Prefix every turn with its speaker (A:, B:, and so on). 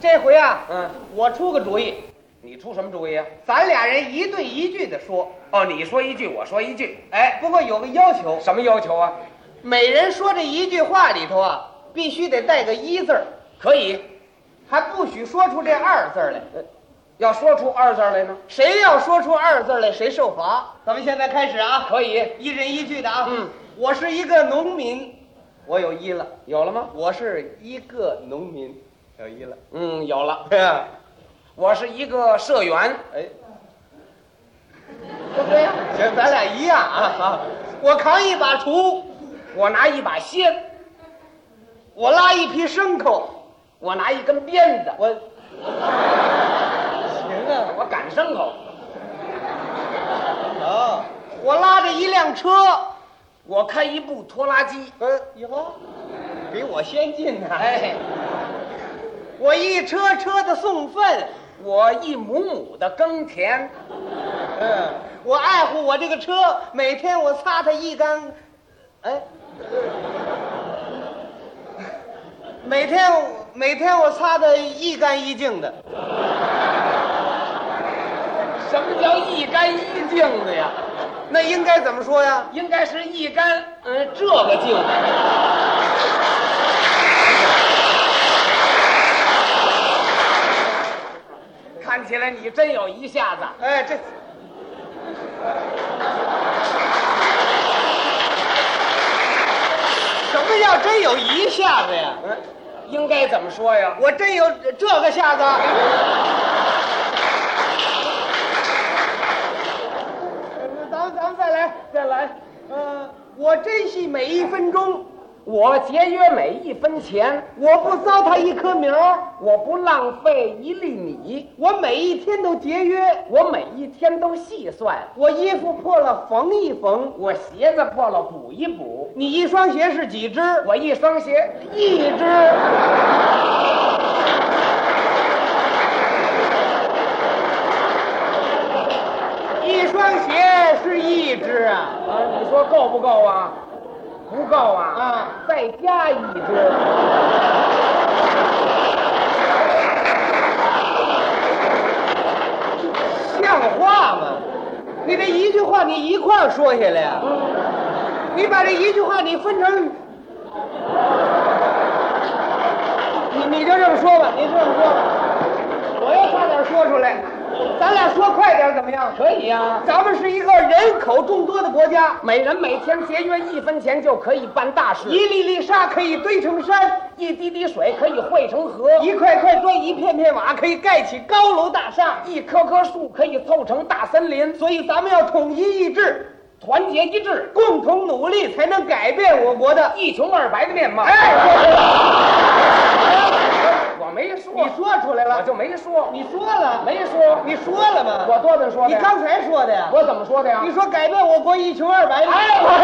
A: 这回啊，
B: 嗯，
A: 我出个主意，
B: 你出什么主意啊？
A: 咱俩人一对一句的说。
B: 哦，你说一句，我说一句，
A: 哎，不过有个要求，
B: 什么要求啊？
A: 每人说这一句话里头啊，必须得带个一字儿，
B: 可以，
A: 还不许说出这二字儿来。
B: 要说出二字来呢？
A: 谁要说出二字来，谁受罚。咱们现在开始啊，
B: 可以，
A: 一人一句的啊。
B: 嗯，
A: 我是一个农民，我有一了。
B: 有了吗？
A: 我是一个农民，有一了。
B: 嗯，有了。我是一个社员，
A: 哎，对不对？行，咱俩一样啊。我扛一把锄，
B: 我拿一把锨，
A: 我拉一匹牲口，
B: 我拿一根鞭子，
A: 我行啊，
B: 我赶牲口，
A: 啊，我拉着一辆车，
B: 我开一部拖拉机。
A: 呃，以后比我先进呢、
B: 哎，
A: 我一车车的送粪，
B: 我一亩亩的耕田，
A: 嗯，我爱护我这个车，每天我擦它一干，哎，每天每天我擦它一干一净的。
B: 什么叫一干一净的呀？
A: 那应该怎么说呀？
B: 应该是一干，嗯，这个净的。看起来你真有一下子，
A: 哎，这什么叫真有一下子呀？
B: 嗯，应该怎么说呀？
A: 我真有这个下子，咱们咱们再来再来，呃，我珍惜每一分钟，
B: 我节约每一分钱，
A: 我不糟蹋一棵苗，
B: 我不浪费一粒米，
A: 我每一天都节约，
B: 我每一天都细算，
A: 我衣服破了缝一缝，
B: 我鞋子破了补一补，
A: 你一双鞋是几只？
B: 我一双鞋一只，
A: 一双鞋是一只啊，
B: 啊，你说够不够啊？不够啊！
A: 啊，
B: 再加一只。
A: 像话吗？你这一句话你一块儿说下来呀、你把这一句话你分成，你你就这么说吧，你就这么说吧，我要差点说出来，咱俩说快点怎么样？
B: 可以啊呀、
A: 咱们是一个人口众多的国家，
B: 每人每天节约一分钱就可以办大事，
A: 一粒粒沙可以堆成山，
B: 一滴滴水可以汇成河，
A: 一块块砖一片片瓦可以盖起高楼大厦，
B: 一棵棵树可以凑成大森林。
A: 所以咱们要统一意志，
B: 团结一致，
A: 共同努力，才能改变我国的。
B: 一穷二白的面貌。
A: 哎，说对了。
B: 我没说，
A: 你说出来
B: 我
A: 了，
B: 就没说，
A: 你说了，
B: 没说，
A: 你说了吗？
B: 我多的说
A: 你
B: 的呀。
A: 刚才说的呀。
B: 我怎么说的呀？
A: 你说改变我国一穷二白。
B: 哎，我